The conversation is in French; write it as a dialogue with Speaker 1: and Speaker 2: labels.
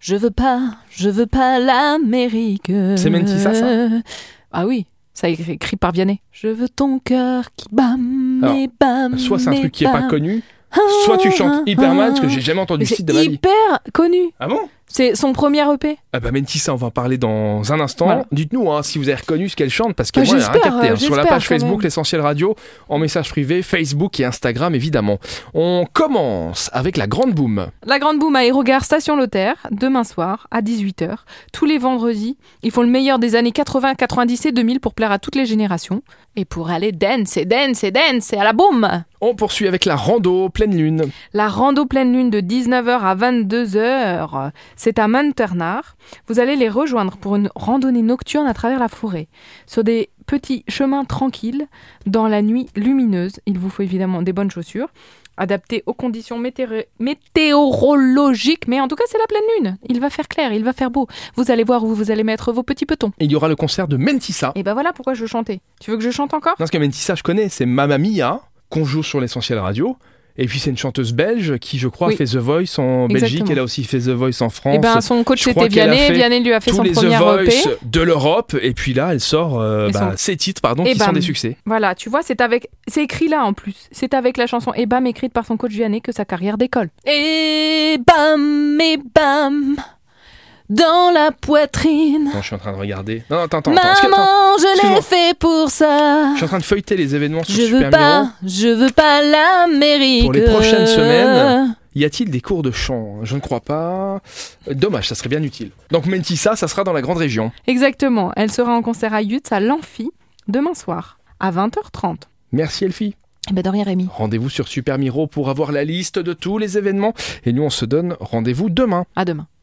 Speaker 1: Je veux pas, je veux pas l'Amérique.
Speaker 2: C'est Mentissa, ça
Speaker 1: Ah oui, ça est écrit, écrit par Vianney. Je veux ton cœur qui bam
Speaker 2: Alors,
Speaker 1: et bam.
Speaker 2: Soit c'est un
Speaker 1: et
Speaker 2: truc qui est pas
Speaker 1: bam.
Speaker 2: connu,
Speaker 1: Ah,
Speaker 2: soit tu chantes
Speaker 1: ah,
Speaker 2: hyper mal, parce que
Speaker 1: ah.
Speaker 2: j'ai jamais entendu
Speaker 1: Mais
Speaker 2: ce
Speaker 1: c'est
Speaker 2: titre de ma vie.
Speaker 1: hyper connu.
Speaker 2: Ah bon
Speaker 1: C'est son premier E EP.
Speaker 2: Ah bah Mentissa, on va en parler dans un instant.
Speaker 1: Voilà.
Speaker 2: Dites-nous hein, si vous avez reconnu ce qu'elle chante, parce que
Speaker 1: Ah,
Speaker 2: moi, j'ai rien
Speaker 1: j'espère,
Speaker 2: capté. hein.
Speaker 1: euh,
Speaker 2: Sur la
Speaker 1: j'espère
Speaker 2: page
Speaker 1: quand même.
Speaker 2: Facebook, l'essentiel radio, en message privé, Facebook et Instagram, évidemment. On commence avec la grande boom.
Speaker 1: La Grande Boum à Aérogare Station Lothaire, demain soir à 18h. Tous les vendredis, ils font le meilleur des années 80, 90 et 2000 pour plaire à toutes les générations. Et pour aller dance et dance et dance et à la boum
Speaker 2: On poursuit avec la rando pleine lune.
Speaker 1: La rando pleine lune de 19h à 22h, c'est à Manternard. Vous allez les rejoindre pour une randonnée nocturne à travers la forêt, sur des petits chemins tranquilles, dans la nuit lumineuse. Il vous faut évidemment des bonnes chaussures, adaptées aux conditions météoré- météorologiques, mais en tout cas c'est la pleine lune. Il va faire clair, il va faire beau. Vous allez voir où vous allez mettre vos petits petons.
Speaker 2: Et il y aura le concert de Mentissa.
Speaker 1: Et ben voilà pourquoi je chantais. Tu veux que je chante encore
Speaker 2: Non, ce que Mentissa, je connais, c'est Mamma Mia, qu'on joue sur l'essentiel radio. Et puis c'est une chanteuse belge qui, je crois,
Speaker 1: Oui.
Speaker 2: fait The Voice en Belgique.
Speaker 1: Exactement.
Speaker 2: Elle a aussi fait The Voice en France.
Speaker 1: Eh ben son coach
Speaker 2: je crois
Speaker 1: c'était
Speaker 2: qu'elle a
Speaker 1: Vianney,
Speaker 2: fait
Speaker 1: Vianney lui a fait
Speaker 2: tous
Speaker 1: son
Speaker 2: les The
Speaker 1: premier
Speaker 2: Voice
Speaker 1: EP.
Speaker 2: de l'Europe. Et puis là, elle sort euh,
Speaker 1: Et
Speaker 2: bah,
Speaker 1: son-
Speaker 2: ses titres pardon,
Speaker 1: Et
Speaker 2: qui
Speaker 1: bam.
Speaker 2: sont des succès.
Speaker 1: Voilà, tu vois, c'est avec, c'est écrit là en plus. C'est avec la chanson Et bam écrite par son coach Vianney que sa carrière décolle. Et bam, et bam, dans la poitrine.
Speaker 2: Non, je suis en train de regarder. Non, attends, attends, attends. Parce que, attends,
Speaker 1: Maman, je
Speaker 2: excuse-moi.
Speaker 1: l'ai fait pour ça.
Speaker 2: je suis en train de feuilleter les événements sur
Speaker 1: Je
Speaker 2: Super
Speaker 1: veux
Speaker 2: Miro.
Speaker 1: pas, je veux pas l'Amérique.
Speaker 2: Pour les prochaines semaines. Y a-t-il des cours de chant Je ne crois pas. Euh, Dommage, ça serait bien utile. Donc Mentissa, ça sera dans la grande région.
Speaker 1: Exactement. Elle sera en concert à Yutz à l'Amphi demain soir à 20h30.
Speaker 2: Merci Elfie.
Speaker 1: Eh ben de rien, Rémi.
Speaker 2: Rendez-vous sur Super Miro pour avoir la liste de tous les événements. Et nous, on se donne rendez-vous demain.
Speaker 1: À demain.